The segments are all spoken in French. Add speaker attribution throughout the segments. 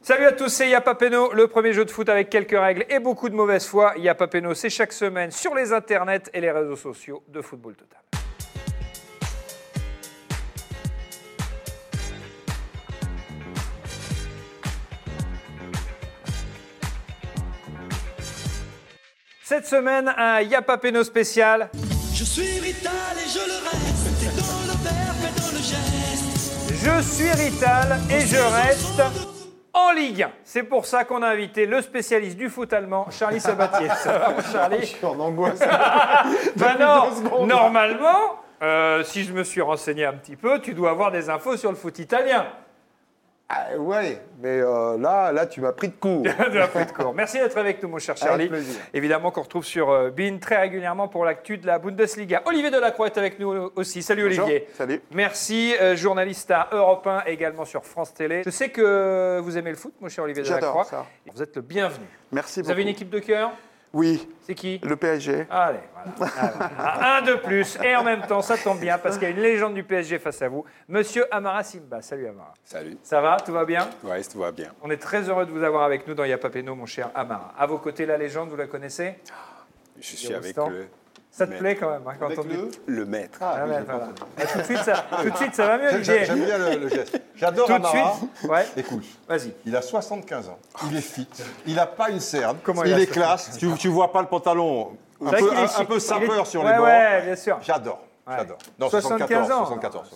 Speaker 1: Salut à tous, c'est Yapa Peno, le premier jeu de foot avec quelques règles et beaucoup de mauvaise foi. Yapa Peno, c'est chaque semaine sur les internets et les réseaux sociaux de Football Total. Cette semaine, un Yapa Peno spécial.
Speaker 2: Je suis vital et je le reste. T'es dans le verbe et dans le geste.
Speaker 1: Je suis Rital et je reste en Ligue 1. C'est pour ça qu'on a invité le spécialiste du foot allemand, Charlie Sabatier. Ça va, mon
Speaker 3: Je
Speaker 1: Charlie
Speaker 3: suis en angoisse.
Speaker 1: Ben
Speaker 3: deux
Speaker 1: non,
Speaker 3: secondes.
Speaker 1: normalement, euh, si je me suis renseigné un petit peu, tu dois avoir des infos sur le foot italien.
Speaker 3: Ah, ouais, mais euh, là, là, tu m'as pris de court.
Speaker 1: de la Fouille de Cour. Merci d'être avec nous, mon cher Charlie.
Speaker 3: plaisir.
Speaker 1: Évidemment qu'on retrouve sur euh, BIN très régulièrement pour l'actu de la Bundesliga. Olivier Delacroix est avec nous aussi. Salut
Speaker 3: Bonjour.
Speaker 1: Olivier.
Speaker 3: Salut.
Speaker 1: Merci, euh, journaliste à Europe 1, également sur France Télé. Je sais que vous aimez le foot, mon cher Olivier Delacroix.
Speaker 4: J'adore ça.
Speaker 1: Vous êtes le bienvenu.
Speaker 4: Merci
Speaker 1: Vous avez une
Speaker 4: beaucoup.
Speaker 1: équipe de cœur
Speaker 4: Oui,
Speaker 1: C'est qui
Speaker 4: le PSG.
Speaker 1: Allez, voilà. Ah, voilà. Un de plus. Et en même temps, ça tombe bien parce qu'il y a une légende du PSG face à vous, monsieur Amara Simba. Salut Amara.
Speaker 5: Salut.
Speaker 1: Ça va Tout va bien
Speaker 5: Ouais, tout va bien.
Speaker 1: On est très heureux de vous avoir avec nous dans Yapapeno, mon cher Amara. À vos côtés, la légende, vous la connaissez
Speaker 5: Je suis avec
Speaker 1: Rostand.
Speaker 5: le,
Speaker 1: Ça te
Speaker 5: Mais-
Speaker 1: plaît quand même, hein, quand on dit-
Speaker 5: le maître.
Speaker 1: Ah ouais, voilà. Ah, tout, de suite, ça, tout de suite, ça va mieux, Olivier.
Speaker 6: J'aime bien le, le geste. J'adore
Speaker 1: Tout de
Speaker 6: Amara.
Speaker 1: suite. Ouais.
Speaker 6: Écoute,
Speaker 1: Vas-y.
Speaker 6: il a 75 ans, il est fit, il n'a pas une cerne,
Speaker 1: Comment il
Speaker 6: il,
Speaker 1: a
Speaker 6: est
Speaker 1: 75
Speaker 6: classe. Tu, tu vois pas le pantalon
Speaker 1: C'est
Speaker 6: un
Speaker 1: vrai
Speaker 6: peu,
Speaker 1: qu'il est
Speaker 6: un,
Speaker 1: chic.
Speaker 6: un peu sapeur
Speaker 1: Il est-
Speaker 6: sur
Speaker 1: Ouais,
Speaker 6: les bords.
Speaker 1: ouais, bien sûr.
Speaker 6: J'adore,
Speaker 1: Ouais.
Speaker 6: j'adore. Non,
Speaker 1: 75
Speaker 6: 74,
Speaker 1: ans.
Speaker 6: 74,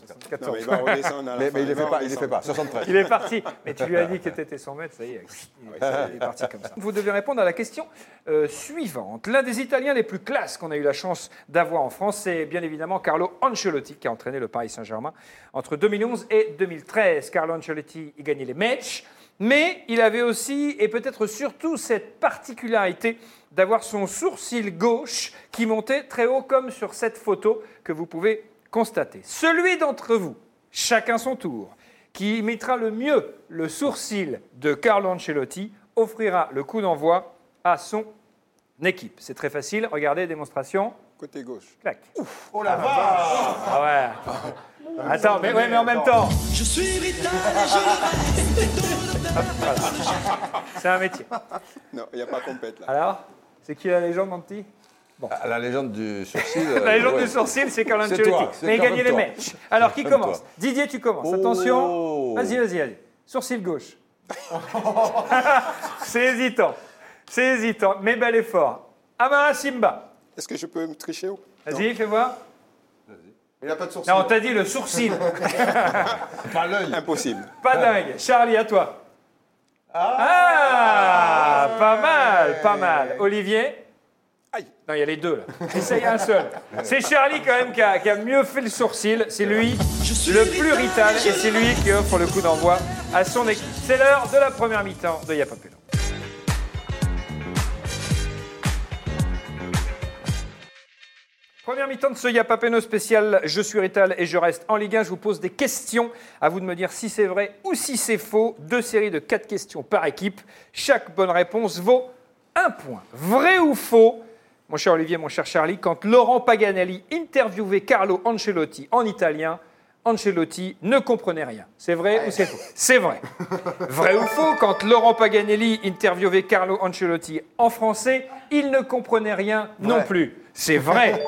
Speaker 5: Non,
Speaker 6: 74.
Speaker 5: mais il va redescendre à la
Speaker 6: Mais,
Speaker 5: fin.
Speaker 6: mais il ne les fait
Speaker 5: va
Speaker 6: pas, il les fait
Speaker 5: redescendre.
Speaker 6: pas. 73.
Speaker 1: Il est parti. Mais tu lui as dit que t'étais son maître, ça y est. Il est, il est parti comme ça. Vous devez répondre à la question euh, suivante. L'un des Italiens les plus classes qu'on a eu la chance d'avoir en France, c'est bien évidemment Carlo Ancelotti, qui a entraîné le Paris Saint-Germain entre 2011 et 2013. Carlo Ancelotti, il gagnait les matchs. Mais il avait aussi, et peut-être surtout, cette particularité d'avoir son sourcil gauche qui montait très haut, comme sur cette photo que vous pouvez constater. Celui d'entre vous, chacun son tour, qui imitera le mieux le sourcil de Carlo Ancelotti offrira le coup d'envoi à son équipe. C'est très facile, regardez, démonstration.
Speaker 5: Côté gauche.
Speaker 1: Clac. Ouf, oh la vache Ah ouais. Attends, mais, ouais, mais en même temps,
Speaker 2: Je suis vital et je le reste. T'es dans le verbe et dans le geste.
Speaker 1: c'est un métier.
Speaker 5: Non, il n'y a pas compète là.
Speaker 1: Alors, c'est qui la légende, mon petit
Speaker 6: Ah, La légende du sourcil.
Speaker 1: La
Speaker 6: euh,
Speaker 1: légende
Speaker 6: ouais.
Speaker 1: du sourcil, Bah, c'est Carlo
Speaker 6: C'est
Speaker 1: Ancelotti.
Speaker 6: toi, c'est
Speaker 1: mais il
Speaker 6: quand
Speaker 1: gagnait
Speaker 6: même
Speaker 1: les
Speaker 6: toi.
Speaker 1: match. Alors, qui
Speaker 6: Comme
Speaker 1: commence
Speaker 6: toi.
Speaker 1: Didier, tu commences.
Speaker 6: Oh.
Speaker 1: Attention. Vas-y, vas-y, vas-y. Sourcil gauche. c'est hésitant. C'est hésitant, mais bel effort. Amara Simba.
Speaker 5: Est-ce que je peux me tricher ou
Speaker 1: Vas-y, fais voir.
Speaker 3: Il n'a pas de sourcil.
Speaker 1: Non, on t'a dit le sourcil.
Speaker 6: Pas l'œil.
Speaker 5: Impossible.
Speaker 1: Pas dingue. Charlie, à toi. Ah, Pas mal, pas mal. Olivier
Speaker 5: Aïe.
Speaker 1: Non, il y a les deux là. Essaye un seul. C'est Charlie quand même qui a, qui a mieux fait le sourcil. C'est lui le plus rital et c'est lui qui offre le coup d'envoi à son équipe. C'est l'heure de la première mi-temps de Yapapélo. Première mi-temps de ce Yapapeno spécial, je suis Rital et je reste en Ligue 1. Je vous pose des questions, à vous de me dire si c'est vrai ou si c'est faux. Deux séries de quatre questions par équipe. Chaque bonne réponse vaut un point. Vrai ou faux Mon cher Olivier, mon cher Charlie, quand Laurent Paganelli interviewait Carlo Ancelotti en italien, Ancelotti ne comprenait rien. C'est vrai ou c'est faux C'est vrai. Vrai ou faux, quand Laurent Paganelli interviewait Carlo Ancelotti en français, il ne comprenait rien non plus. C'est vrai.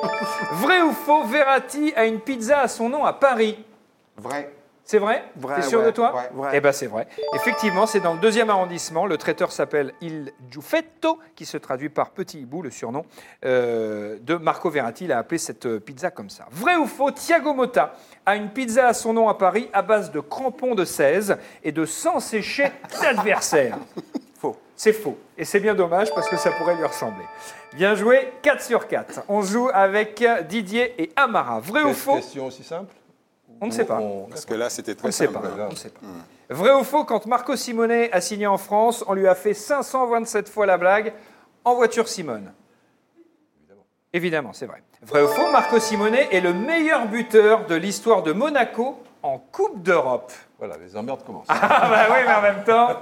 Speaker 1: vrai ou faux, Verratti a une pizza à son nom à Paris.
Speaker 3: Vrai.
Speaker 1: C'est vrai
Speaker 4: Vrai,
Speaker 1: T'es sûr
Speaker 4: ouais,
Speaker 1: de toi
Speaker 3: ouais,
Speaker 4: vrai.
Speaker 1: Eh ben c'est vrai. Effectivement, c'est dans le deuxième arrondissement. Le traiteur s'appelle Il Giuffetto, qui se traduit par Petit Hibou, le surnom euh, de Marco Verratti. Il a appelé cette euh, pizza comme ça. Vrai ou faux Thiago Motta a une pizza à son nom à Paris à base de crampons de 16 et de sang séché d'adversaires. Faux. C'est faux. Et c'est bien dommage parce que ça pourrait lui ressembler. Bien joué, 4 sur 4. On joue avec Didier et Amara. Vrai ou faux
Speaker 6: Question aussi simple
Speaker 1: On ne sait pas.
Speaker 6: On-
Speaker 5: Parce que là, c'était
Speaker 1: On
Speaker 5: très
Speaker 1: ne sait
Speaker 5: simple.
Speaker 1: pas.
Speaker 6: Ah, bah là.
Speaker 1: on ne sait pas. Hmm. Vrai ou faux, quand Marco Simonet a signé en France, on lui a fait 527 fois la blague en voiture Simone. Évidemment, c'est vrai. Vrai ou faux, Marco Simonet est le meilleur buteur de l'histoire de Monaco en Coupe d'Europe.
Speaker 6: Voilà, les emmerdes commencent.
Speaker 1: Ah bah oui, mais en même temps,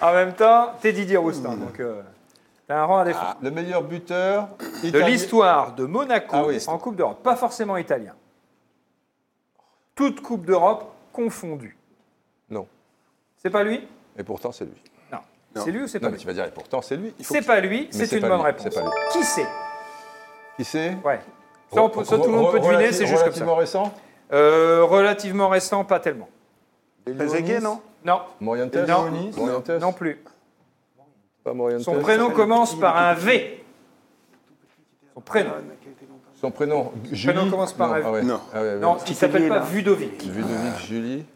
Speaker 1: en même temps, t'es Didier
Speaker 6: Hmm.
Speaker 1: Roustan, donc euh, t'as un rang à défendre.
Speaker 6: Le meilleur buteur
Speaker 1: de
Speaker 6: italien-
Speaker 1: l'histoire de Monaco
Speaker 6: Ah oui,
Speaker 1: en Coupe d'Europe, pas forcément italien. Toute Coupe d'Europe confondue.
Speaker 6: Non.
Speaker 1: C'est pas lui
Speaker 6: Et pourtant, c'est lui.
Speaker 1: Non. C'est lui ou c'est pas
Speaker 6: Non, mais
Speaker 1: lui
Speaker 6: tu vas dire, et pourtant, c'est lui. Il faut
Speaker 1: C'est
Speaker 6: que-
Speaker 1: pas lui,
Speaker 6: Mais
Speaker 1: c'est une
Speaker 6: pas
Speaker 1: bonne
Speaker 6: lui,
Speaker 1: réponse.
Speaker 6: C'est pas lui.
Speaker 1: Qui c'est
Speaker 6: Qui c'est
Speaker 1: Ouais. Ça, on peut- ça, tout le monde peut deviner, c'est juste comme ça.
Speaker 6: Relativement récent
Speaker 1: Euh, relativement récent, pas tellement.
Speaker 3: Trezeguet, non
Speaker 1: Non,
Speaker 6: Morientes
Speaker 1: Non.
Speaker 6: Morientes
Speaker 1: non plus.
Speaker 6: Pas Morientes.
Speaker 1: Son prénom commence par un V. Son prénom.
Speaker 6: Euh, Son prénom, Julie.
Speaker 1: commence par
Speaker 6: non,
Speaker 1: un-
Speaker 6: ah ouais.
Speaker 5: Non.
Speaker 6: Ah ouais, ouais.
Speaker 1: Non, il s'appelle
Speaker 3: lié,
Speaker 1: pas
Speaker 3: là.
Speaker 1: Vudovic.
Speaker 6: Ludovic, Julie.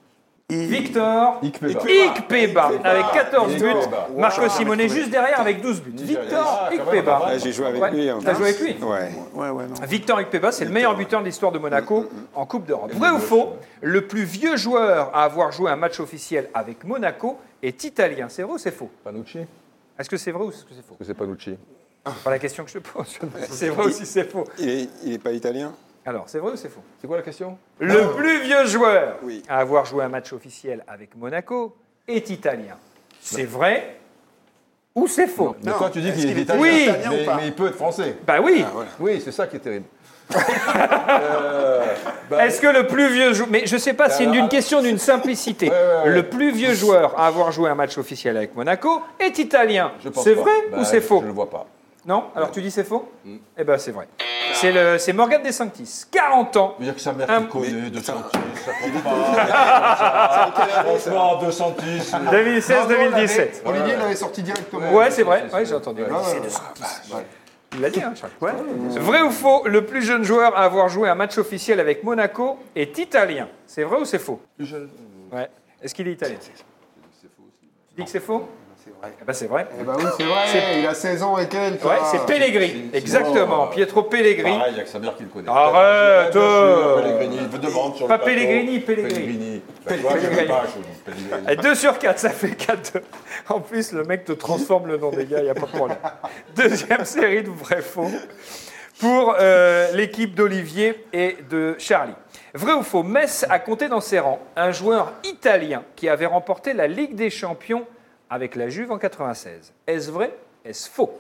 Speaker 1: Victor
Speaker 6: Ikpeba.
Speaker 1: Ikpeba, avec 14 buts.
Speaker 6: Ikpeba.
Speaker 1: Marco Simone juste derrière avec 12 buts.
Speaker 6: Nigeria.
Speaker 1: Victor
Speaker 6: Ah, quand même, pas
Speaker 1: Ikpeba.
Speaker 6: mal.
Speaker 5: Ah, J'ai joué avec
Speaker 1: Ouais,
Speaker 5: lui. hein.
Speaker 1: t'as joué avec lui
Speaker 5: Ouais.
Speaker 3: Ouais, ouais, non.
Speaker 1: Victor Ikpeba, c'est le meilleur buteur de l'histoire de Monaco en Coupe d'Europe. Mm, Vrai ou faux Le plus vieux joueur à avoir joué un match officiel avec Monaco est italien. C'est vrai ou c'est faux
Speaker 6: Panucci
Speaker 1: Est-ce que c'est vrai ou est-ce que c'est faux
Speaker 6: Ou c'est Panucci
Speaker 1: C'est pas la question que je te pose. C'est vrai ou si c'est faux
Speaker 5: Il est, il est pas italien
Speaker 1: Alors, c'est vrai ou c'est faux
Speaker 6: C'est quoi la question
Speaker 1: Le plus vieux joueur
Speaker 5: Oui.
Speaker 1: à avoir joué un match officiel avec Monaco est italien. C'est vrai ou c'est faux
Speaker 6: Mais toi, tu dis qu'il est italien.
Speaker 1: Oui.
Speaker 6: mais-
Speaker 3: Italien ou pas
Speaker 6: mais il peut être français.
Speaker 1: Bah oui.
Speaker 6: Oui, c'est ça qui est terrible. Euh, bah,
Speaker 1: Est-ce que le plus vieux joueur... Mais je sais pas, c'est
Speaker 6: Alors,
Speaker 1: une
Speaker 6: alors-
Speaker 1: question d'une simplicité.
Speaker 6: Ouais, ouais, ouais.
Speaker 1: Le plus vieux joueur à avoir joué un match officiel avec Monaco est italien.
Speaker 6: Je pense
Speaker 1: C'est
Speaker 6: pas.
Speaker 1: vrai
Speaker 6: Bah,
Speaker 1: ou c'est
Speaker 6: je-
Speaker 1: faux
Speaker 6: Je le vois pas.
Speaker 1: Non Alors tu dis c'est faux Eh ben c'est vrai. C'est le- c'est Morgan De Sanctis, 40 ans.
Speaker 6: Je veux dire que sa mère
Speaker 1: Un-
Speaker 6: qui connaît, de Santis, ça compte pas. Franchement, de Santis.
Speaker 1: Ah, 2016-2017.
Speaker 3: Olivier l'avait sorti directement. Ah,
Speaker 1: Ouais, c'est vrai. Ouais, j'ai entendu.
Speaker 6: Ouais.
Speaker 1: C'est de Santis. Il l'a dit, hein, Charles. Vrai ou faux, le plus jeune joueur à avoir joué un match officiel avec Monaco est italien. C'est vrai ou c'est faux Ouais. Est-ce qu'il est italien Tu dis que c'est faux Eh ben, c'est vrai.
Speaker 3: Eh ben oui, c'est vrai, il a 16 ans et quelques. Ah.
Speaker 1: Ouais,
Speaker 3: là.
Speaker 1: c'est
Speaker 6: Ah,
Speaker 1: Pellegrini.
Speaker 6: c'est-
Speaker 1: Exactement,
Speaker 6: c'est-
Speaker 1: Pietro Pellegrini.
Speaker 6: Pareil, avec sa mère qui le connaît.
Speaker 1: Ah, Arrête
Speaker 6: Bien sûr, Pellegrini, il veut devant sur le
Speaker 1: Euh, Pas
Speaker 6: plateau.
Speaker 1: Pellegrini, Pellegrini.
Speaker 6: Pellegrini. Bah, tu vois, je
Speaker 1: Pellegrini. Ah,
Speaker 6: sais pas, je- Pellegrini.
Speaker 1: 2 sur 4, ça fait 4. En plus, le mec te transforme le nom des gars, il n'y a pas de problème. Deuxième série de vrai faux pour euh, l'équipe d'Olivier et de Charlie. Vrai ou faux, Metz a compté dans ses rangs un joueur italien qui avait remporté la Ligue des Champions avec la Juve en 96. Est-ce vrai Est-ce faux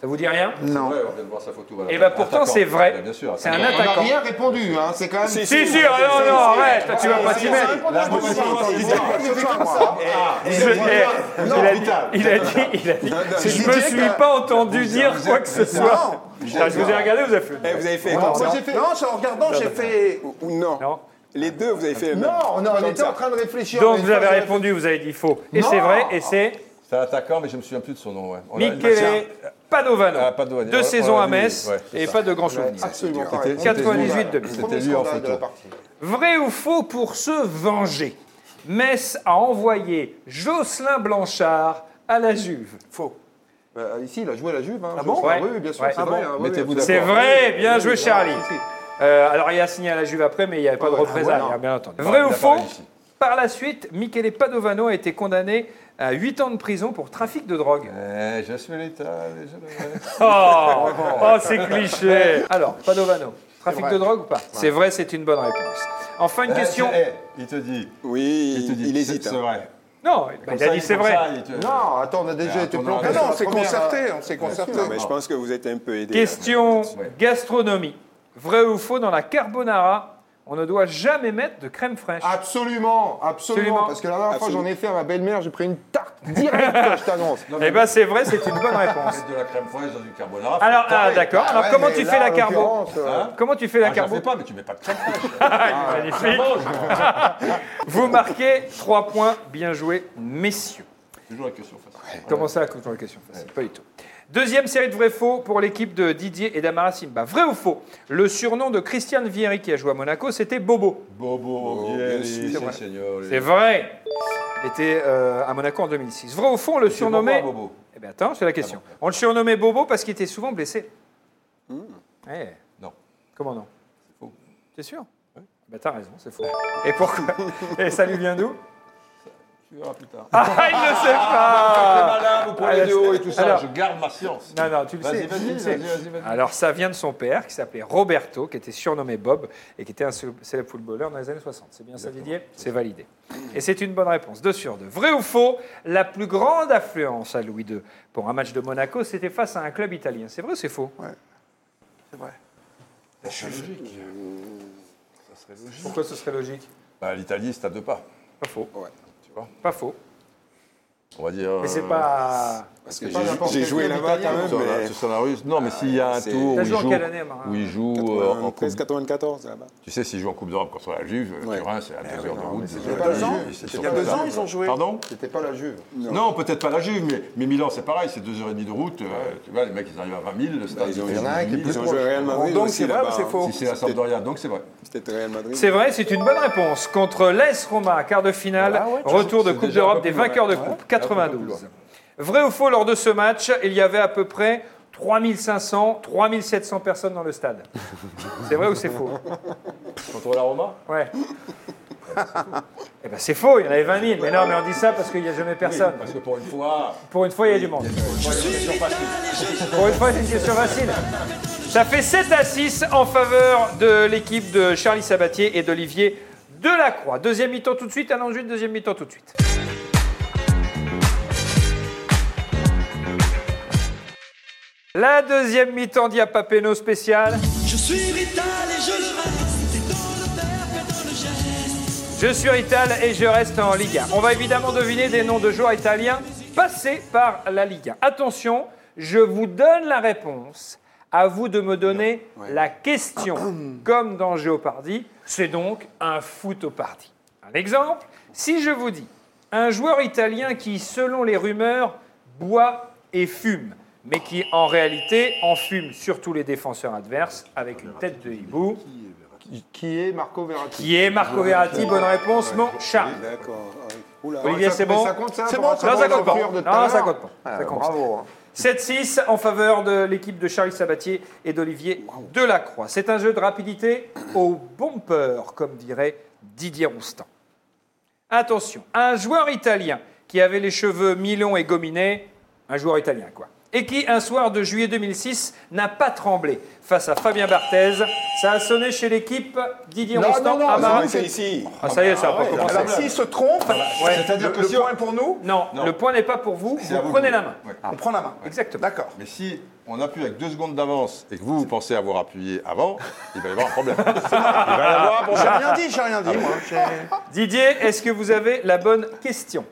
Speaker 1: Ça vous dit rien
Speaker 3: Non.
Speaker 6: Ouais, on vient de voir sa photo. voilà.
Speaker 1: Eh ben, pourtant,
Speaker 6: Attaquant.
Speaker 1: c'est vrai.
Speaker 6: Ouais, Ah, Bien sûr.
Speaker 1: C'est un
Speaker 6: attaquant.
Speaker 3: On n'a
Speaker 1: attaquant.
Speaker 3: rien répondu, hein. c'est quand même. Ah,
Speaker 5: Si,
Speaker 1: Si, si, ah non, non, arrête, là, tu vas pas t'y mettre.
Speaker 6: Là, je me suis dit, tiens,
Speaker 1: Je- eh, il, a dit, il a dit, il a dit, je me suis pas entendu dire quoi que ce soit. Là, je vous ai regardé, vous avez fait.
Speaker 5: Eh, vous avez fait
Speaker 3: Non,
Speaker 5: comme
Speaker 3: moi,
Speaker 5: ça
Speaker 3: j'ai fait- non, je- en regardant, j'ai fait.
Speaker 5: Ou- ou non.
Speaker 1: Non.
Speaker 5: Les deux, vous avez fait le même.
Speaker 3: Non, non, on
Speaker 5: Comme
Speaker 3: était
Speaker 5: ça.
Speaker 3: en train de réfléchir.
Speaker 1: Donc
Speaker 3: mais
Speaker 1: vous avez
Speaker 3: j'ai-
Speaker 1: répondu, vous avez dit faux. Et
Speaker 3: Non.
Speaker 1: c'est vrai, et c'est
Speaker 6: C'est un attaquant, mais je me souviens plus de son nom. ouais. On Bah, l'a-
Speaker 1: Michele Padovano.
Speaker 6: Ah, Padovano.
Speaker 1: Deux
Speaker 6: On l'a-
Speaker 1: saisons
Speaker 6: on l'a
Speaker 1: à
Speaker 6: vu,
Speaker 1: Metz
Speaker 6: ouais, c'est
Speaker 1: et
Speaker 6: ça.
Speaker 1: pas de grands souvenirs.
Speaker 3: Absolument. pas
Speaker 6: C'était-
Speaker 3: répondu.
Speaker 1: 98 de Metz.
Speaker 6: C'était
Speaker 3: Premier
Speaker 6: lui en
Speaker 3: scandale de la
Speaker 6: photo.
Speaker 3: partie.
Speaker 1: Vrai ou faux pour se venger Metz a envoyé Jocelyn Blanchard à la Juve.
Speaker 3: Faux. Bah, ici, il a joué à la Juve. Hein,
Speaker 1: Ah bon
Speaker 3: Ah,
Speaker 1: Ouais.
Speaker 3: oui, oui, bien sûr.
Speaker 1: Ouais.
Speaker 3: c'est
Speaker 1: Ah
Speaker 3: vrai,
Speaker 1: bon
Speaker 3: hein, oui,
Speaker 6: Mettez-vous
Speaker 3: oui. Ah,
Speaker 6: d'accord.
Speaker 1: C'est vrai, bien joué Charlie.
Speaker 3: Si, si.
Speaker 1: Euh, alors il a signé à la Juve après, mais il n'y avait pas de
Speaker 3: ouais,
Speaker 1: représailles,
Speaker 3: ouais, non.
Speaker 1: hein, bien entendu.
Speaker 6: Bah,
Speaker 1: Vrai
Speaker 6: il
Speaker 1: ou
Speaker 6: a pas
Speaker 1: faux
Speaker 6: réussi.
Speaker 1: Par la suite, Michele Padovano a été condamné à 8 ans de prison pour trafic de drogue.
Speaker 6: Eh, je suis l'étal. je le-
Speaker 1: Oh, oh, c'est cliché. Alors, Padovano, trafic de drogue ou pas C'est vrai, c'est une bonne réponse. Enfin, une
Speaker 6: Eh,
Speaker 1: question.
Speaker 6: eh, il te dit.
Speaker 5: Oui,
Speaker 6: Il te dit.
Speaker 5: il hésite.
Speaker 6: C'est c'est
Speaker 5: hein.
Speaker 6: vrai.
Speaker 1: Non, il
Speaker 6: Comme
Speaker 1: a
Speaker 6: ça,
Speaker 1: dit
Speaker 6: comme
Speaker 1: c'est vrai.
Speaker 6: ça, il te-
Speaker 3: Non, attends, on a
Speaker 4: Ah,
Speaker 3: déjà été
Speaker 6: attends,
Speaker 3: planté.
Speaker 6: non,
Speaker 3: sur
Speaker 4: Non,
Speaker 3: la
Speaker 4: c'est
Speaker 3: première, hein.
Speaker 4: concerté, on s'est concerté.
Speaker 5: Non, mais je pense que vous êtes un peu aidé.
Speaker 1: Question
Speaker 6: Ouais.
Speaker 1: gastronomie. Vrai ou faux, dans la carbonara, on ne doit jamais mettre de crème fraîche.
Speaker 3: Ah. Absolument,
Speaker 1: Absolument.
Speaker 3: absolument. Parce que la dernière fois,
Speaker 5: Absolument.
Speaker 3: j'en ai fait à ma belle-mère, j'ai pris une tarte directe, je t'annonce. ben,
Speaker 1: Eh bien, c'est vrai, c'est une bonne réponse.
Speaker 6: Mettre de la crème fraîche dans une carbonara. faut-
Speaker 1: Alors, ah, d'accord. Alors,
Speaker 3: Ouais,
Speaker 1: comment
Speaker 3: mais
Speaker 1: tu
Speaker 3: là,
Speaker 1: fais la
Speaker 3: en
Speaker 1: carbo
Speaker 3: l'occurrence, euh,
Speaker 6: Hein
Speaker 1: Comment tu fais la
Speaker 6: Ah, j'en
Speaker 1: carbo
Speaker 6: fais pas, mais tu mets pas de crème fraîche.
Speaker 1: Magnifique. Vous marquez 3 points. Bien joué, messieurs.
Speaker 6: Toujours la question facile.
Speaker 1: Comment ça, contre la question facile Pas du tout. Deuxième série de vrai-faux pour l'équipe de Didier et d'Amara Simba. Vrai ou faux Le surnom de Christian Vieri qui a joué à Monaco, c'était Bobo.
Speaker 6: Bobo,
Speaker 5: bien
Speaker 6: Bielli,
Speaker 5: sûr.
Speaker 6: c'est seigneur.
Speaker 1: C'est vrai. Il était euh, à Monaco en 2006. Vrai ou faux On le surnommait.
Speaker 6: pourquoi Bobo
Speaker 1: Eh bien, attends, c'est la question.
Speaker 6: Ah
Speaker 1: On le surnommait Bobo parce qu'il était souvent blessé. Eh.
Speaker 6: Hmm. Non.
Speaker 1: Comment non C'est
Speaker 6: faux.
Speaker 1: T'es sûr Bah t'as raison, c'est faux. Et pourquoi Et ça lui vient d'où
Speaker 6: Tu verras plus tard.
Speaker 1: Ah, il ne sait pas
Speaker 6: Voilà, vous
Speaker 1: Ah,
Speaker 6: prenez des
Speaker 1: là,
Speaker 6: hauts
Speaker 1: c'est-
Speaker 6: et tout ça,
Speaker 1: alors-
Speaker 6: je garde ma science.
Speaker 1: Non, non, tu le sais. tu
Speaker 6: Vas-y, vas-y,
Speaker 1: le sais.
Speaker 6: vas-y, vas-y, vas-y.
Speaker 1: Alors, ça vient de son père, qui s'appelait Roberto, qui était surnommé Bob, et qui était un célèbre footballeur dans les années 60. C'est bien ça, Didier C'est validé. Et c'est une bonne réponse. 2 sur 2. Vrai ou faux La plus grande affluence à Louis II pour un match de Monaco, c'était face à un club italien. C'est vrai ou c'est faux
Speaker 4: C'est vrai.
Speaker 1: Pourquoi ce serait logique
Speaker 6: Bah, L'Italie, c'est à deux pas.
Speaker 1: Pas faux.
Speaker 5: Ouais.
Speaker 1: Pas faux.
Speaker 6: On va dire.
Speaker 1: Mais c'est
Speaker 6: euh,
Speaker 1: pas.
Speaker 5: Parce que
Speaker 4: pas
Speaker 5: j'ai-
Speaker 4: n'importe
Speaker 5: j'ai
Speaker 4: quel
Speaker 5: joué
Speaker 4: club
Speaker 5: là-bas
Speaker 4: italien,
Speaker 5: quand
Speaker 6: sur
Speaker 5: même,
Speaker 6: la-
Speaker 5: mais.
Speaker 6: sur la Russie. Non, mais s'il y a un
Speaker 5: c'est-
Speaker 6: tour
Speaker 1: T'as
Speaker 6: où
Speaker 1: joué
Speaker 6: il
Speaker 1: en
Speaker 6: joue,
Speaker 1: quelle année, Marin
Speaker 6: où il joue euh, en Coupe,
Speaker 5: 93, 94 là-bas.
Speaker 6: tu sais, s'il joue en Coupe d'Europe contre la Juve,
Speaker 5: Ouais.
Speaker 6: Turin, c'est à deux heures de route.
Speaker 3: c'était
Speaker 6: deux
Speaker 3: pas
Speaker 6: heures
Speaker 3: la
Speaker 6: de
Speaker 3: Juve,
Speaker 6: route, c'est
Speaker 3: c'était
Speaker 6: sur
Speaker 4: Il y a
Speaker 6: la
Speaker 4: deux
Speaker 6: table.
Speaker 4: ans, ils ont joué.
Speaker 6: Pardon
Speaker 3: C'était pas la Juve.
Speaker 6: non, peut-être pas la Juve, mais, mais Milan, c'est pareil, c'est deux heures et demie de route. euh, tu vois, les mecs, ils arrivent à 20 000. Le stade,
Speaker 5: Bah, ils ont-
Speaker 6: fait
Speaker 5: il y en a un qui est
Speaker 6: 10 000.
Speaker 5: plus proche. Real Madrid
Speaker 4: Donc
Speaker 5: aussi,
Speaker 4: c'est vrai
Speaker 5: là-bas,
Speaker 4: ou c'est
Speaker 5: hein.
Speaker 4: faux
Speaker 6: Si c'est la
Speaker 5: C'était-
Speaker 6: Sampdoria, donc c'est vrai.
Speaker 5: C'était le Real Madrid.
Speaker 1: C'est vrai, c'est une bonne réponse. Contre l'AS Roma, quart de finale,
Speaker 3: Voilà, Ah ouais, tu
Speaker 1: retour
Speaker 3: sais,
Speaker 1: de
Speaker 3: c'est
Speaker 1: Coupe
Speaker 3: déjà un
Speaker 1: d'Europe
Speaker 3: peu
Speaker 1: des
Speaker 3: plus loin.
Speaker 1: vainqueurs de
Speaker 3: Ouais,
Speaker 1: Coupe,
Speaker 3: un peu plus
Speaker 1: 92. Vrai ou faux, lors de ce match, il y avait à peu près 3500, 3700 personnes dans le stade. C'est vrai ou c'est faux
Speaker 6: Contre la Roma
Speaker 1: Ouais. Eh ben c'est faux, il y en avait 20 000. Mais non, mais on dit ça parce qu'il n'y a jamais personne.
Speaker 6: Parce que pour une fois.
Speaker 1: Pour une fois, il y a du monde. Pour une fois, c'est une question facile. Ça fait 7 à 6 en faveur de l'équipe de Charlie Sabatier et d'Olivier Delacroix. Deuxième mi-temps tout de suite, allons juste deuxième mi-temps tout de suite. La deuxième mi-temps d'Iapapeno spécial.
Speaker 2: Je suis Rital et je le reste. C'est dans le verbe et dans le geste.
Speaker 1: Je suis Rital et je reste en Liga. On va évidemment deviner des noms de joueurs italiens passés par la Liga. Attention, je vous donne la réponse. À vous de me donner la question. Comme dans Géopardy, c'est donc un foot au party. Un exemple, si je vous dis un joueur italien qui, selon les rumeurs, boit et fume, mais qui en réalité en fume surtout les défenseurs adverses avec une tête de hibou,
Speaker 3: Qui est Marco Verratti
Speaker 1: qui est Marco Verratti, bonne réponse, non, Charles.
Speaker 5: D'accord. ouais. Oula.
Speaker 1: Olivier, c'est bon
Speaker 3: Ça compte ça
Speaker 4: C'est
Speaker 3: pour
Speaker 4: bon,
Speaker 3: rattraper
Speaker 1: Non, ça compte
Speaker 3: la coupure de tout à
Speaker 1: pas. Non, ça
Speaker 3: l'heure
Speaker 1: compte pas.
Speaker 3: Ah,
Speaker 1: Ça compte pas.
Speaker 3: Bravo. hein.
Speaker 1: 7-6 en faveur de l'équipe de Charles Sabatier et d'Olivier Delacroix. C'est un jeu de rapidité au bumper, comme dirait Didier Roustan. Attention, un joueur italien qui avait les cheveux mi-longs et gominés, un joueur italien quoi, et qui un soir de juillet 2006 n'a pas tremblé face à Fabien Barthez. Ça a sonné chez l'équipe Didier
Speaker 3: Non,
Speaker 1: Roustan
Speaker 3: non, non,
Speaker 1: à
Speaker 3: non,
Speaker 1: Marat.
Speaker 5: Ah, c'est ici.
Speaker 1: Ah, ça y est, ça a pas
Speaker 6: ouais,
Speaker 1: commencé. Ah, bah,
Speaker 4: Alors s'ils se trompent,
Speaker 6: C'est-à-dire
Speaker 4: le
Speaker 6: que
Speaker 4: le
Speaker 6: si on-
Speaker 4: point est pour nous,
Speaker 1: Non,
Speaker 6: Non.
Speaker 1: le point n'est pas pour vous,
Speaker 6: C'est à
Speaker 1: vous
Speaker 6: vous
Speaker 1: prenez
Speaker 6: de-
Speaker 1: la main.
Speaker 6: Ouais.
Speaker 4: on prend la main.
Speaker 1: Exactement.
Speaker 4: D'accord.
Speaker 6: Mais si on appuie avec deux secondes d'avance et que vous, vous pensez avoir appuyé avant, il va y avoir un problème. il va y avoir un
Speaker 4: J'ai
Speaker 3: Ah.
Speaker 6: problème.
Speaker 4: rien dit, j'ai rien dit, moi. hein. J'ai-
Speaker 1: Didier, est-ce que vous avez la bonne question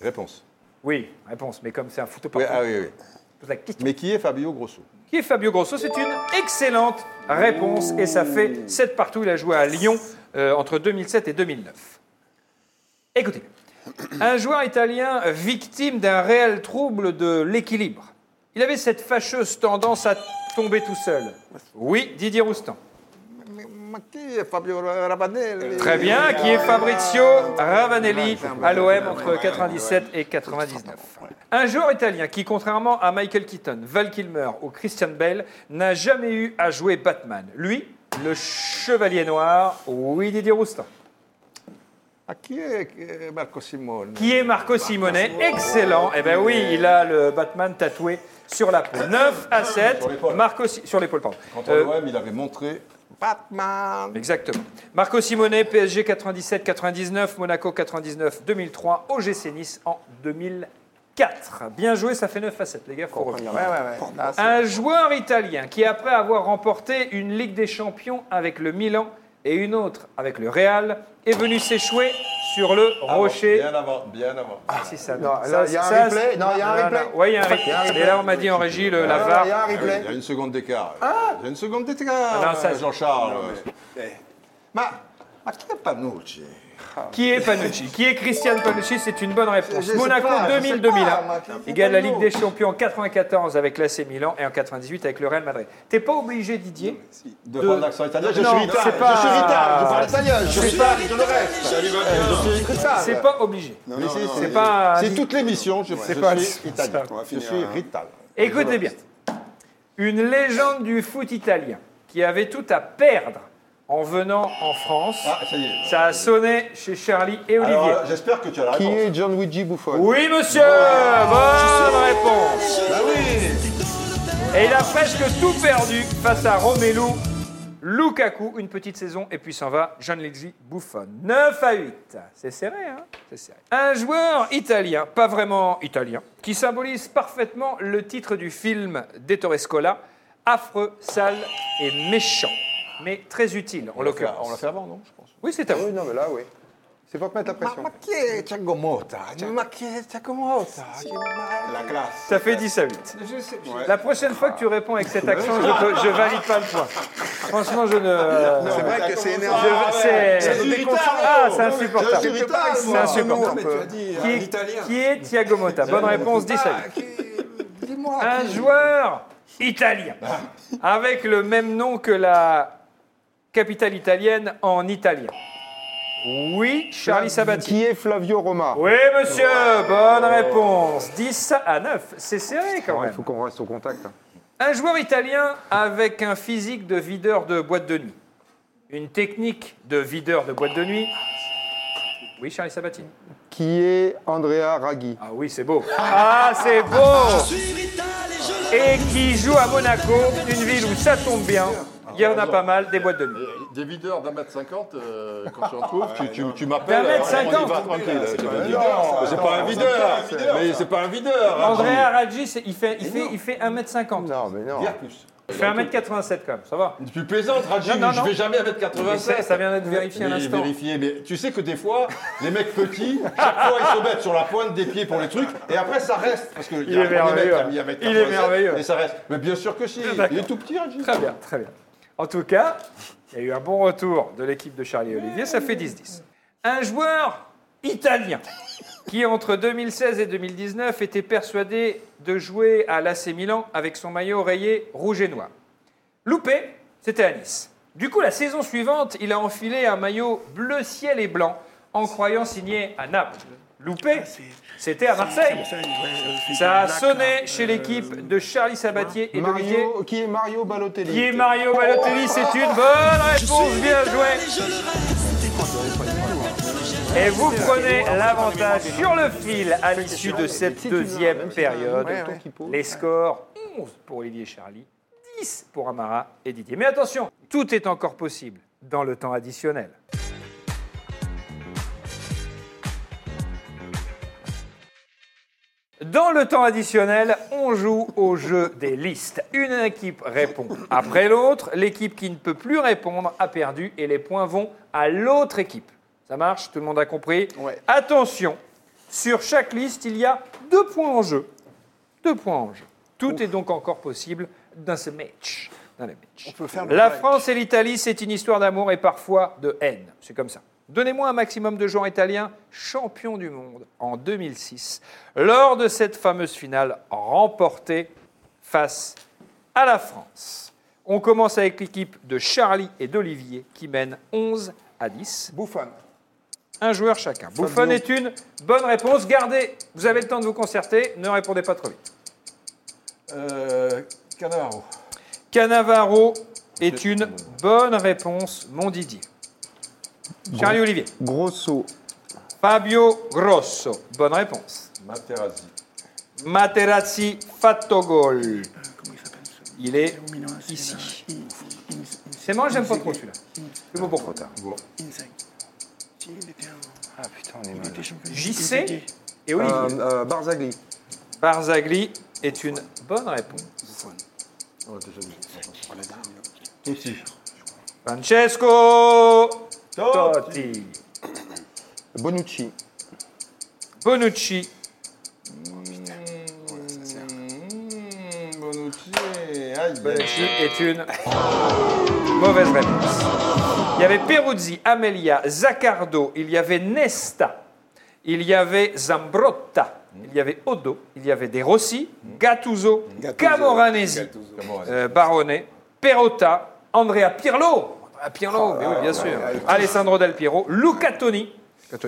Speaker 6: Réponse.
Speaker 1: Oui, réponse, mais comme c'est un foot au
Speaker 6: Oui,
Speaker 1: parcours,
Speaker 6: ah oui, oui.
Speaker 1: je pose la question.
Speaker 6: Mais qui est Fabio Grosso
Speaker 1: Qui est Fabio Grosso C'est une excellente réponse et ça fait 7 partout. Il a joué à Lyon euh, entre 2007 et 2009. Écoutez, un joueur italien victime d'un réel trouble de l'équilibre. Il avait cette fâcheuse tendance à tomber tout seul. Oui, Didier Roustan.
Speaker 3: Ma qui est Fabio Rabanelli
Speaker 1: Très bien, qui est Fabrizio Ravanelli à l'OM entre 97 et 99. Un joueur italien qui, contrairement à Michael Keaton, Val Kilmer ou Christian Bale, n'a jamais eu à jouer Batman. Lui, le Chevalier Noir, oui Didier Roustan.
Speaker 3: Ah, qui est euh, Marco Simone
Speaker 1: Qui est Marco Simonet Excellent. Eh bien oui, il a le Batman tatoué sur la peau. 9 à 7.
Speaker 6: Sur l'épaule.
Speaker 1: Marco Si- sur l'épaule, pardon.
Speaker 6: Quand
Speaker 1: Euh,
Speaker 6: on l'OM, il avait montré
Speaker 3: Batman
Speaker 1: Exactement. Marco Simonet, PSG 97-99, Monaco 99-2003, OGC Nice en 2004. Bien joué, ça fait 9 à 7, les gars, faut revenir.
Speaker 4: Ouais, ouais, ouais. Là, c'est-
Speaker 1: Un joueur italien qui, après avoir remporté une Ligue des Champions avec le Milan et une autre avec le Real, est venu s'échouer sur le
Speaker 6: avant,
Speaker 1: rocher.
Speaker 6: Ah Bien avant, bien avant.
Speaker 1: Si, ça-
Speaker 3: Non, là,
Speaker 1: ça-
Speaker 3: il y a un
Speaker 1: ça-
Speaker 3: replay Non, il y a un replay
Speaker 1: Oui, il y a un
Speaker 3: Il y a un
Speaker 1: replay.
Speaker 3: replay.
Speaker 1: Et là, on m'a dit en régie, le, la
Speaker 3: Ah,
Speaker 1: VAR.
Speaker 3: Il y a un
Speaker 6: Ah oui, il y a
Speaker 1: Eh,
Speaker 3: replay.
Speaker 6: une seconde d'écart. Ah il y a une seconde d'écart,
Speaker 1: Ah non, ça-
Speaker 6: euh, Jean-Charles.
Speaker 3: Ma-
Speaker 6: Ah, qui est Panucci
Speaker 1: Qui est Panucci Qui est Christian Panucci C'est une bonne réponse.
Speaker 3: Je sais
Speaker 1: Monaco
Speaker 3: pas, je sais
Speaker 1: 2000-2001.
Speaker 3: pas, moi, je sais
Speaker 1: Il gagne
Speaker 3: pas
Speaker 1: la
Speaker 3: le
Speaker 1: Ligue
Speaker 3: nom.
Speaker 1: des Champions en 94 avec l'AC Milan et en 98 avec le Real Madrid. T'es pas obligé, Didier.
Speaker 6: De
Speaker 1: De-
Speaker 6: prendre l'accent italien, je
Speaker 1: Non,
Speaker 6: suis italien.
Speaker 1: c'est pas-
Speaker 3: Je suis Rital, je parle italien, je suis Rital, je le reste.
Speaker 5: Ça lui va bien.
Speaker 3: Je suis Rital.
Speaker 1: C'est pas obligé.
Speaker 5: Non,
Speaker 6: Mais
Speaker 5: non,
Speaker 6: si,
Speaker 5: non,
Speaker 1: C'est
Speaker 5: mais-
Speaker 1: pas.
Speaker 6: C'est toute l'émission, je, je
Speaker 1: pas-
Speaker 6: suis italien.
Speaker 5: On va
Speaker 6: Je
Speaker 5: finir,
Speaker 6: suis
Speaker 5: hein.
Speaker 6: Rital.
Speaker 1: Écoutez bien. Une légende du foot italien qui avait tout à perdre en venant en France.
Speaker 6: Ah, ça y est.
Speaker 1: Ça a sonné chez Charlie et Olivier.
Speaker 6: Alors, euh, j'espère que tu as la
Speaker 3: Qui
Speaker 6: réponse.
Speaker 3: est Gianluigi Buffon
Speaker 1: Oui, monsieur
Speaker 6: Oh.
Speaker 1: Bonne réponse
Speaker 6: Bah
Speaker 1: Et il a presque tout perdu face à Romelu Lukaku. Une petite saison et puis s'en va Gianluigi Buffon. 9 à 8. C'est serré, hein C'est serré. Un joueur italien, pas vraiment italien, qui symbolise parfaitement le titre du film d'Ettore Scola, affreux, sale et méchant. Mais très utile, en
Speaker 6: On l'a fait-
Speaker 1: l'occurrence.
Speaker 6: on l'a fait avant, non je pense.
Speaker 1: Oui, c'est à vous.
Speaker 3: Oui, non, mais là, oui. C'est pour te mettre la
Speaker 4: Ma,
Speaker 3: pression.
Speaker 4: ma chi è Ciagomotta? Ma chi è Ciagomotta? Chi- ma-
Speaker 5: La classe.
Speaker 1: Ça fait 10 à 8. La prochaine fois que tu réponds avec cet accent, je, te- je valide pas le point. Franchement, je ne.
Speaker 4: C'est vrai que c'est énervant.
Speaker 1: Je- c'est-
Speaker 5: Ça nous déconcentre.
Speaker 1: Ah, c'est insupportable.
Speaker 5: Quelque part,
Speaker 1: C'est
Speaker 5: moi.
Speaker 1: insupportable.
Speaker 5: Non, mais tu as dit
Speaker 1: Qui
Speaker 5: un italien.
Speaker 1: est, qui est Thiago Motta Bonne réponse, 10 à 8.
Speaker 4: Ah, chi- Dis-moi.
Speaker 1: Un
Speaker 4: qui-
Speaker 1: joueur italien avec le même nom que la capitale italienne en italien. Oui, Charlie Sabatier.
Speaker 3: Qui est Flavio Roma
Speaker 1: Oui, monsieur, bonne réponse. 10 à 9, c'est serré quand
Speaker 3: Ah, Il
Speaker 1: même.
Speaker 3: faut qu'on reste au contact. hein.
Speaker 1: Un joueur italien avec un physique de videur de boîte de nuit. Une technique de videur de boîte de nuit. Oui, Charlie Sabatier.
Speaker 3: Qui est Andrea Raghi
Speaker 1: Ah oui, c'est beau. Ah, c'est beau
Speaker 2: suis brutal et je le
Speaker 1: et qui joue à Monaco, une ville où ça tombe bien. Il y en a pas mal, des boîtes de nuit.
Speaker 6: Euh, Des videurs d'un mètre cinquante, euh, quand tu en trouves, tu, tu, tu m'appelles.
Speaker 1: D'un mètre
Speaker 6: euh, on y va
Speaker 1: cinquante.
Speaker 6: tranquille, c'est pas
Speaker 5: énorme,
Speaker 6: un videur. C'est pas un videur. Mais c'est pas un videur. hein,
Speaker 1: Andrea Raggi, c'est- il fait, il, fait, il fait 1m50.
Speaker 3: Non, mais non.
Speaker 6: Dire plus.
Speaker 1: Il fait 1m87 quand même, ça va.
Speaker 6: Tu plaisantes, Rajiv,
Speaker 1: Non, non,
Speaker 6: je
Speaker 1: non.
Speaker 6: vais jamais à mettre
Speaker 1: Mais
Speaker 6: 87.
Speaker 1: ça- ça vient d'être vérifié à
Speaker 6: Mais
Speaker 1: l'instant.
Speaker 6: vérifié, mais tu sais que des fois, les mecs petits, chaque fois ils se mettent sur la pointe des pieds pour les trucs, et après ça reste. Parce qu'il
Speaker 1: est merveilleux. Il est merveilleux. Ah,
Speaker 6: Mais ça reste. Mais bien sûr que si. Il est tout petit, Rajiv.
Speaker 1: Très bien, très bien. En tout cas, il y a eu un bon retour de l'équipe de Charlie Olivier, ça fait 10-10. Un joueur italien qui, entre 2016 et 2019, était persuadé de jouer à l'AC Milan avec son maillot rayé rouge et noir. Loupé, c'était à Nice. Du coup, la saison suivante, il a enfilé un maillot bleu ciel et blanc en croyant signer à Naples. Loupé, c'était à Marseille. Ça a sonné chez l'équipe de Charlie Sabatier et d'Olivier
Speaker 3: Mario, qui est Mario Balotelli
Speaker 1: qui est Mario Balotelli C'est une bonne réponse, bien joué.
Speaker 2: je le reste.
Speaker 1: Et vous prenez l'avantage sur le fil à l'issue de cette deuxième période. Les scores 11 pour Olivier Charlie, 10 pour Amara et Didier. Mais attention, tout est encore possible dans le temps additionnel. Dans le temps additionnel, on joue au jeu des listes. Une équipe répond après l'autre, l'équipe qui ne peut plus répondre a perdu et les points vont à l'autre équipe. Ça marche, tout le monde a compris
Speaker 4: Ouais.
Speaker 1: Attention, sur chaque liste, il y a deux points en jeu. Deux points en jeu. Tout est donc encore possible dans ce match. Dans le match.
Speaker 4: peut faire le
Speaker 1: La
Speaker 4: break.
Speaker 1: France et l'Italie, c'est une histoire d'amour et parfois de haine. C'est comme ça. Donnez-moi un maximum de joueurs italiens champions du monde en 2006, lors de cette fameuse finale remportée face à la France. On commence avec l'équipe de Charlie et d'Olivier qui mène 11 à 10
Speaker 4: Bouffon.
Speaker 1: un joueur chacun. Bouffon est une bonne réponse. Gardez, vous avez le temps de vous concerter, ne répondez pas trop vite.
Speaker 6: Euh, Canaro.
Speaker 1: Canavaro est une bonne réponse, mon Didier. Charlie Olivier.
Speaker 3: Grosso.
Speaker 1: Fabio Grosso, bonne réponse.
Speaker 6: Materazzi.
Speaker 1: Materazzi fatto gol. Il est ici. C'est moi, j'aime pas trop celui-là. C'est bon pourquoi.
Speaker 3: Ah putain, on est mal.
Speaker 1: JC et Olivier.
Speaker 3: Euh, euh, Barzagli.
Speaker 1: Barzagli est une bonne réponse. Francesco Totti.
Speaker 3: Bonucci.
Speaker 1: Bonucci.
Speaker 6: Mmh, Bonucci. Aïe,
Speaker 1: Bonucci est une mauvaise réponse. Il y avait Peruzzi, Amelia, Zaccardo, il y avait Nesta, il y avait Zambrotta, il y avait Odo, il y avait De Rossi, Gattuso, Camoranesi, euh, Barone, Perotta, Andrea Pirlo, Andrea Pirlo, mais oui, bien sûr, Alessandro Del Piero, Luca Toni,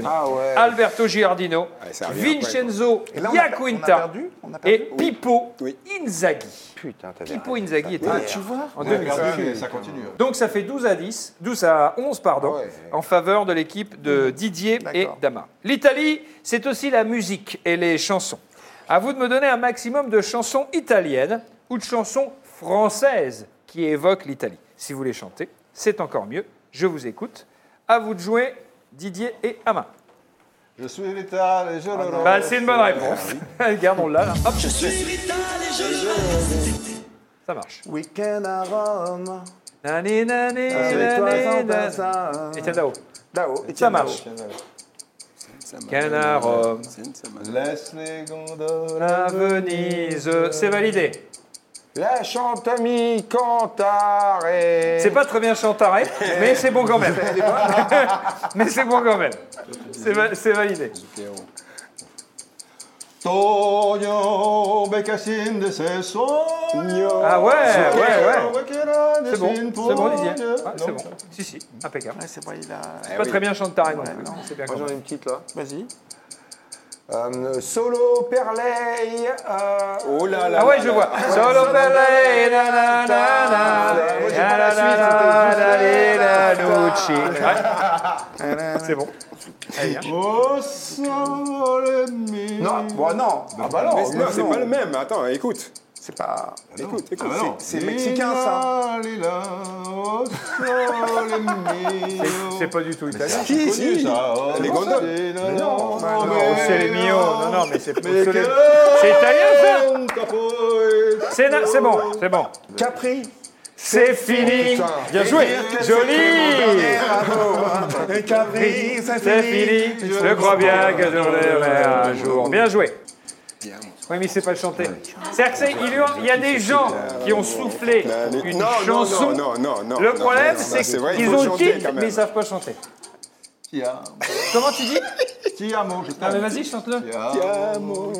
Speaker 4: Ah ouais.
Speaker 1: Alberto Giardino,
Speaker 4: Ah,
Speaker 5: ça revient après,
Speaker 1: Vincenzo
Speaker 4: Et là, on a per- on a
Speaker 1: Iaquinta
Speaker 4: perdu On a
Speaker 1: et
Speaker 4: perdu
Speaker 1: Pippo
Speaker 5: Oui.
Speaker 1: Inzaghi.
Speaker 3: Putain, t'avais.
Speaker 1: Pippo Inzaghi était
Speaker 4: Ah,
Speaker 1: là.
Speaker 4: tu vois
Speaker 1: En
Speaker 6: Ouais,
Speaker 1: 2006.
Speaker 6: perdu, mais ça continue. hein.
Speaker 1: Donc ça fait 12 à 10, 12 à 11 pardon, en faveur de l'équipe de Didier et
Speaker 4: D'accord.
Speaker 1: Dama. L'Italie, c'est aussi la musique et les chansons. À vous de me donner un maximum de chansons italiennes ou de chansons françaises qui évoquent l'Italie. Si vous les chantez, c'est encore mieux. Je vous écoute. À vous de jouer Didier et Ama.
Speaker 6: Je suis l'État et je le rends.
Speaker 1: Bah, c'est une bonne réponse. Gardons-la. là. Hop,
Speaker 2: Je suis brutal et je le reste.
Speaker 1: ça marche.
Speaker 4: Weekend à Rome. Ah,
Speaker 1: Nani, nani,
Speaker 4: Avec toi
Speaker 1: nani,
Speaker 4: sans
Speaker 1: nani.
Speaker 4: personne.
Speaker 1: Etienne Dao.
Speaker 4: Là-haut.
Speaker 1: Ça marche. Canard, euh,
Speaker 6: Laisse les gondoles.
Speaker 1: La Venise, c'est validé.
Speaker 3: La chantamie cantarée.
Speaker 1: C'est pas très bien chantaré, mais c'est bon quand même. mais c'est bon quand même. C'est va- C'est validé.
Speaker 6: Toño, becassin de ses soins.
Speaker 1: Ah ouais, ouais, ouais.
Speaker 6: C'est
Speaker 1: C'est bon, c'est bon Didier. Ouais, c'est bon. Si, si, impeccable.
Speaker 4: Ouais, c'est bon, il a.
Speaker 1: Pas très bien chantaré non plus.
Speaker 4: non.
Speaker 1: C'est bien quand
Speaker 3: Moi j'en
Speaker 1: même.
Speaker 3: ai une petite là.
Speaker 4: Vas-y.
Speaker 3: Euh, solo Perley. euh,
Speaker 5: Oh là là.
Speaker 1: Ah ouais, je vois. Solo belle, na na na na, na na na na, na na na, Nucci. Ouais. C'est bon.
Speaker 6: Au sol, mi.
Speaker 3: Non, bon, non. Ah bah non.
Speaker 5: Mais c'est- non,
Speaker 3: non.
Speaker 5: c'est pas le même. Attends, écoute.
Speaker 4: C'est pas.
Speaker 5: Écoute, écoute.
Speaker 6: Ah bah non.
Speaker 5: c'est-
Speaker 3: C'est mexicain ça.
Speaker 6: Lila, au sole mio.
Speaker 1: C'est pas du tout italien.
Speaker 5: Qui,
Speaker 6: connu,
Speaker 5: si
Speaker 6: ça. Oh,
Speaker 5: Les
Speaker 6: non,
Speaker 5: gondoles.
Speaker 6: c'est- Non,
Speaker 1: Non, c'est les mio. Non, non, mais c'est
Speaker 6: mais
Speaker 1: c'est les-
Speaker 6: que-
Speaker 1: c'est italien
Speaker 6: Capoe.
Speaker 1: ça. C'est na- c'est bon, c'est bon.
Speaker 3: Capri.
Speaker 1: C'est fini. Bien joué. Joli.
Speaker 3: Capri,
Speaker 1: hein C'est fini. Je crois bien que je reverrai un jour. Bien joué. Oui, mais il sait pas le chanter. C'est-à-dire que c'est- il y a- il y a des gens qui ont soufflé une
Speaker 5: Non, non,
Speaker 1: chanson.
Speaker 5: non, non, non, non,
Speaker 1: Le
Speaker 5: non,
Speaker 1: problème,
Speaker 5: non, non,
Speaker 1: c'est
Speaker 5: vrai, il
Speaker 1: qu'ils
Speaker 5: faut
Speaker 1: ont le
Speaker 5: chanter
Speaker 1: titre,
Speaker 5: quand même.
Speaker 1: mais ils savent pas chanter.
Speaker 6: Ti amo.
Speaker 1: Comment tu dis
Speaker 6: Ti amo, je
Speaker 1: Non, mais
Speaker 6: t'aime.
Speaker 1: vas-y, chante-le.
Speaker 6: Ti amo.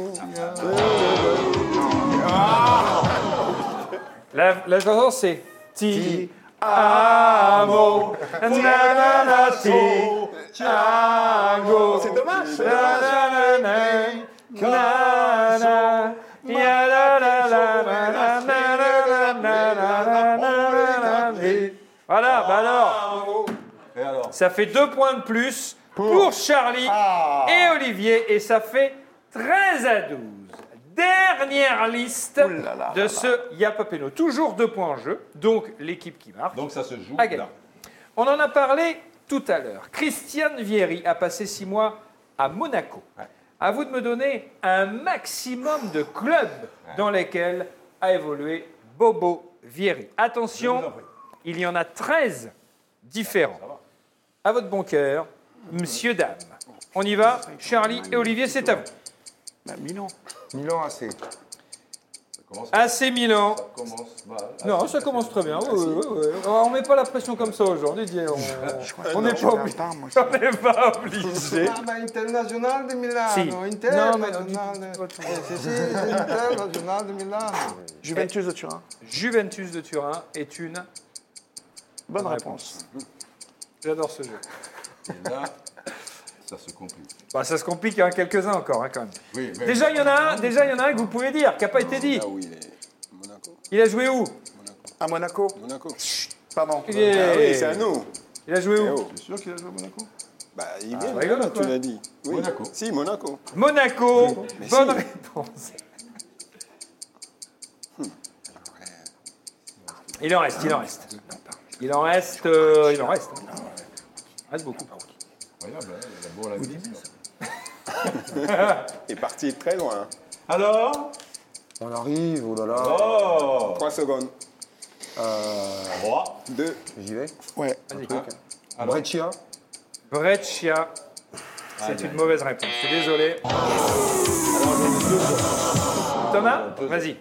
Speaker 1: La, la chanson, c'est Ti amo nanana ti amo. C'est dommage. Voilà, bah alors,
Speaker 6: Et alors
Speaker 1: ça fait deux points de plus pour, Charlie
Speaker 4: Ah.
Speaker 1: et Olivier et ça fait 13 à 12. Dernière liste
Speaker 4: là là
Speaker 1: de ce Yapapeno. Toujours deux points en jeu, donc l'équipe qui marque
Speaker 6: Donc ça se joue
Speaker 1: à gagner.
Speaker 6: là.
Speaker 1: On en a parlé tout à l'heure. Christiane Vieri a passé six mois à Monaco. À vous de me donner un maximum de clubs dans lesquels a évolué Bobo Vieri. Attention,
Speaker 6: Je vous en prie.
Speaker 1: il y en a 13 différents. À votre bon cœur, monsieur, dame. On y va, Charlie et Olivier, c'est à vous.
Speaker 4: Bah, Milan.
Speaker 3: Milan hein, AC.
Speaker 6: Ça commence.
Speaker 1: AC Milan.
Speaker 6: Ça Ah, commence mal.
Speaker 1: Non, ça commence très bien. Oui, oui, oui, oui. Ah, On ne met pas la pression comme ça aujourd'hui, Didier. On- On n'est pas obligé.
Speaker 4: Pas, moi,
Speaker 1: On n'est pas obligé.
Speaker 3: Ah bah International de Milano.
Speaker 1: Si.
Speaker 3: International.
Speaker 1: Non, mais non,
Speaker 3: de- Eh, Si, si, International de Milano.
Speaker 4: Juventus de Turin.
Speaker 1: Juventus de Turin est une.
Speaker 4: Bonne réponse.
Speaker 1: J'adore ce jeu.
Speaker 6: Et là, ça se complique.
Speaker 1: Bah, ça se complique, hein, quelques-uns encore, hein, quand même.
Speaker 6: Oui, mais-
Speaker 1: Déjà, il y en a un, déjà, il y en a un que vous pouvez dire, qui n'a pas été dit.
Speaker 5: Là où Ah il est. Monaco.
Speaker 1: Il a joué où
Speaker 4: À Monaco.
Speaker 5: Monaco.
Speaker 4: Pardon.
Speaker 1: il,
Speaker 5: Ah
Speaker 1: est-
Speaker 5: oui, c'est à nous.
Speaker 1: il a joué
Speaker 5: Eh
Speaker 1: où
Speaker 5: oh.
Speaker 6: C'est sûr qu'il a joué à Monaco
Speaker 5: Bah, il vient.
Speaker 1: rigole ou
Speaker 5: là, tu
Speaker 1: quoi
Speaker 5: l'as dit. Oui.
Speaker 6: Monaco.
Speaker 5: Si, Monaco.
Speaker 1: Monaco. Bonne
Speaker 5: si.
Speaker 1: réponse.
Speaker 5: Hmm.
Speaker 1: Il en reste, il en
Speaker 5: Ah,
Speaker 1: reste. Il en reste, euh, il en reste. hein. Il reste beaucoup.
Speaker 6: Incroyable, hein, il a beau à la vie.
Speaker 5: Il est parti très loin. hein.
Speaker 6: Alors
Speaker 3: On arrive, oh là là.
Speaker 6: Oh
Speaker 5: 3 secondes.
Speaker 6: 3.
Speaker 5: 2.
Speaker 3: J'y vais.
Speaker 4: Ouais.
Speaker 3: Breccia.
Speaker 1: Breccia, c'est une mauvaise réponse. Je suis désolé. Thomas, vas-y.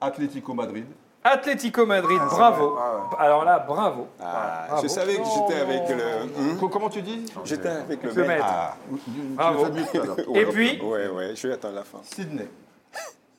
Speaker 6: Atlético Madrid.
Speaker 1: Atlético Madrid,
Speaker 6: Ah,
Speaker 1: bravo. Alors là, bravo.
Speaker 5: je savais que j'étais avec le. Hum,
Speaker 6: Co- Comment tu dis
Speaker 5: J'étais avec le
Speaker 1: Le
Speaker 5: maître.
Speaker 1: maître.
Speaker 6: Ah, tu
Speaker 1: Bravo.
Speaker 6: l'as fait mieux tout à l'heure.
Speaker 5: Ouais,
Speaker 1: puis
Speaker 5: Ouais, ouais, je vais attendre la fin.
Speaker 6: Sydney.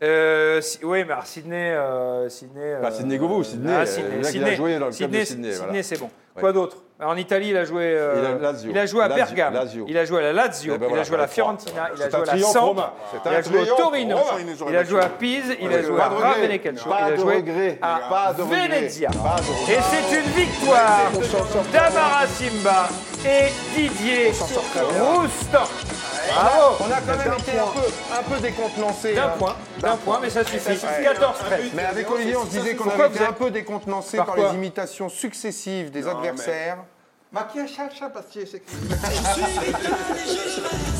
Speaker 1: Euh, si- oui, mais alors Sydney. euh, Sydney
Speaker 6: Pas
Speaker 1: euh,
Speaker 6: Bah, Sydney Govou, Sydney,
Speaker 1: ah,
Speaker 6: euh,
Speaker 1: Sydney,
Speaker 6: le mec, il a
Speaker 1: Sydney,
Speaker 6: joué dans le club de
Speaker 1: Sydney,
Speaker 6: Sydney,
Speaker 1: Sydney,
Speaker 6: voilà.
Speaker 1: c'est bon.
Speaker 6: Ouais.
Speaker 1: Quoi d'autre En Italie, il a joué. euh,
Speaker 6: Il a Lazio.
Speaker 1: il a joué à
Speaker 6: Lazio,
Speaker 1: Bergame.
Speaker 6: Lazio.
Speaker 1: Il a joué à la Lazio.
Speaker 6: Eh ben
Speaker 1: il
Speaker 6: voilà,
Speaker 1: a joué à
Speaker 6: j'aurais
Speaker 1: la
Speaker 6: trois.
Speaker 1: Fiorentina. Il a
Speaker 6: C'est un
Speaker 1: joué à la
Speaker 6: triomphe
Speaker 1: Samp.
Speaker 6: romain. C'est
Speaker 1: Il
Speaker 6: un
Speaker 1: a joué au
Speaker 6: triomphe
Speaker 1: Torino.
Speaker 6: romain.
Speaker 1: Il a joué à Pise. Il a joué à
Speaker 6: Pas de regret.
Speaker 1: Ravenecalcio.
Speaker 6: Pas
Speaker 1: Il a
Speaker 6: de
Speaker 1: joué
Speaker 6: regret.
Speaker 1: à
Speaker 6: Pas de regret.
Speaker 1: Venezia. Ah, Et c'est une victoire d'Amara Simba et Didier Roustan. Bravo
Speaker 3: On a quand même été un peu, un peu hein. décontenancé.
Speaker 1: D'un point, d'un point, mais ça suffit. 14-13.
Speaker 3: Mais avec Olivier, on se disait qu'on
Speaker 1: Pourquoi
Speaker 3: avait été
Speaker 1: vous
Speaker 3: un
Speaker 1: êtes-
Speaker 3: peu décontenancé
Speaker 1: Par
Speaker 3: par,
Speaker 1: quoi
Speaker 3: les imitations successives des adversaires. Ma qui cherche à passer,
Speaker 2: Je suis
Speaker 3: c'est
Speaker 2: vital et je le reste.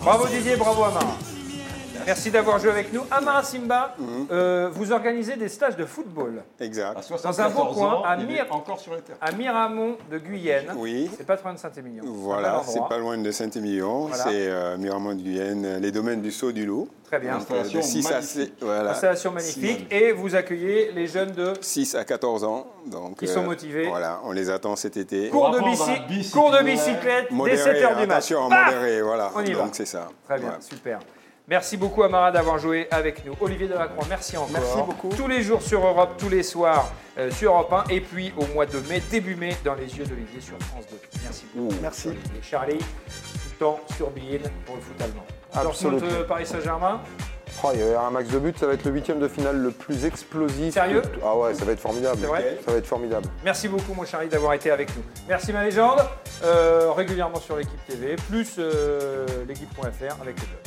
Speaker 1: Bravo Didier, bravo Amara. Merci d'avoir joué avec nous. Amara Simba, euh, vous organisez des stages de football
Speaker 5: Exact.
Speaker 6: À
Speaker 1: un beau
Speaker 6: 74
Speaker 1: coin,
Speaker 6: ans,
Speaker 1: à
Speaker 6: il
Speaker 1: Myr-
Speaker 6: est encore sur les terres.
Speaker 1: à Miramont de Guyenne.
Speaker 5: Oui.
Speaker 1: C'est pas très loin de Saint-Émilion.
Speaker 5: Voilà, c'est pas loin de Saint-Émilion,
Speaker 1: Voilà.
Speaker 5: c'est euh, Miramont de Guyenne, les domaines du Sceau du Loup.
Speaker 1: Très bien.
Speaker 5: Donc, euh, de
Speaker 6: Installation
Speaker 5: 6 à,
Speaker 6: magnifique.
Speaker 5: voilà.
Speaker 1: Installation magnifique. Et vous accueillez les jeunes de
Speaker 5: 6 à 14 ans. Donc, euh,
Speaker 1: Ils sont motivés.
Speaker 5: Voilà, on les attend cet été.
Speaker 1: cours de,
Speaker 6: apprendre
Speaker 1: bici-
Speaker 6: à bicyclette.
Speaker 1: cours de bicyclette
Speaker 5: Modéré,
Speaker 1: dès 7h
Speaker 5: hein,
Speaker 1: du matin.
Speaker 5: Attention,
Speaker 1: Paf
Speaker 5: modéré, voilà.
Speaker 1: On y va.
Speaker 5: Donc c'est ça.
Speaker 1: Très bien,
Speaker 5: Ouais.
Speaker 1: super. Merci beaucoup Amara d'avoir joué avec nous. Olivier Delacroix, merci encore.
Speaker 3: Merci beaucoup.
Speaker 1: Tous les jours sur Europe, tous les soirs euh, sur Europe 1 et puis au mois de mai, début mai, dans les yeux d'Olivier sur France 2. Merci beaucoup.
Speaker 3: Merci.
Speaker 1: Olivier. Charlie, tout le temps sur Bein pour le foot allemand.
Speaker 4: Absolument.
Speaker 1: Dortmund, euh, Paris Saint-Germain,
Speaker 4: Oh, il va y avoir un max de buts, ça va être le huitième de finale le plus explosif.
Speaker 1: Sérieux
Speaker 4: Ah ouais, ça va être formidable.
Speaker 1: C'est vrai
Speaker 4: Ça va être formidable.
Speaker 1: Merci beaucoup, mon Charlie, d'avoir été avec nous. Merci, ma légende. Euh, régulièrement sur l'équipe TV, plus euh, l'équipe.fr avec le blog.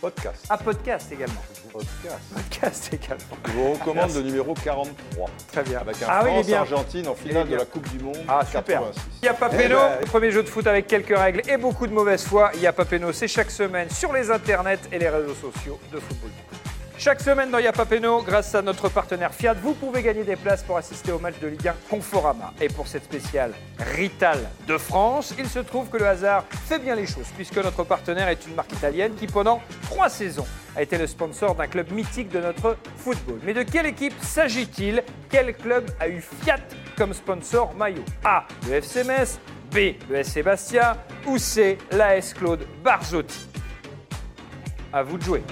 Speaker 6: Podcast.
Speaker 1: Ah, podcast également.
Speaker 6: Podcast.
Speaker 1: Podcast également.
Speaker 6: Je vous recommande le numéro 43.
Speaker 1: Très bien.
Speaker 6: Avec un
Speaker 1: ah oui, il est bien.
Speaker 6: France-Argentine en
Speaker 1: Il est
Speaker 6: finale
Speaker 1: bien.
Speaker 6: de la Coupe du Monde.
Speaker 1: Ah, super.
Speaker 6: 86.
Speaker 1: Il y a Papeno,
Speaker 6: ben, eh.
Speaker 1: premier jeu de foot avec quelques règles et beaucoup de mauvaise foi. Il y a Papeno, c'est chaque semaine sur les internets et les réseaux sociaux de football. Chaque semaine dans Yapapeno, grâce à notre partenaire Fiat, vous pouvez gagner des places pour assister au match de Ligue 1 Conforama. Et pour cette spéciale Rital de France, il se trouve que le hasard fait bien les choses, puisque notre partenaire est une marque italienne qui, pendant trois saisons, a été le sponsor d'un club mythique de notre football. Mais de quelle équipe s'agit-il Quel club a eu Fiat comme sponsor maillot A. Le FC Metz, B. Le SC Bastia ou C. L'AS Claude Barzotti. À vous de jouer.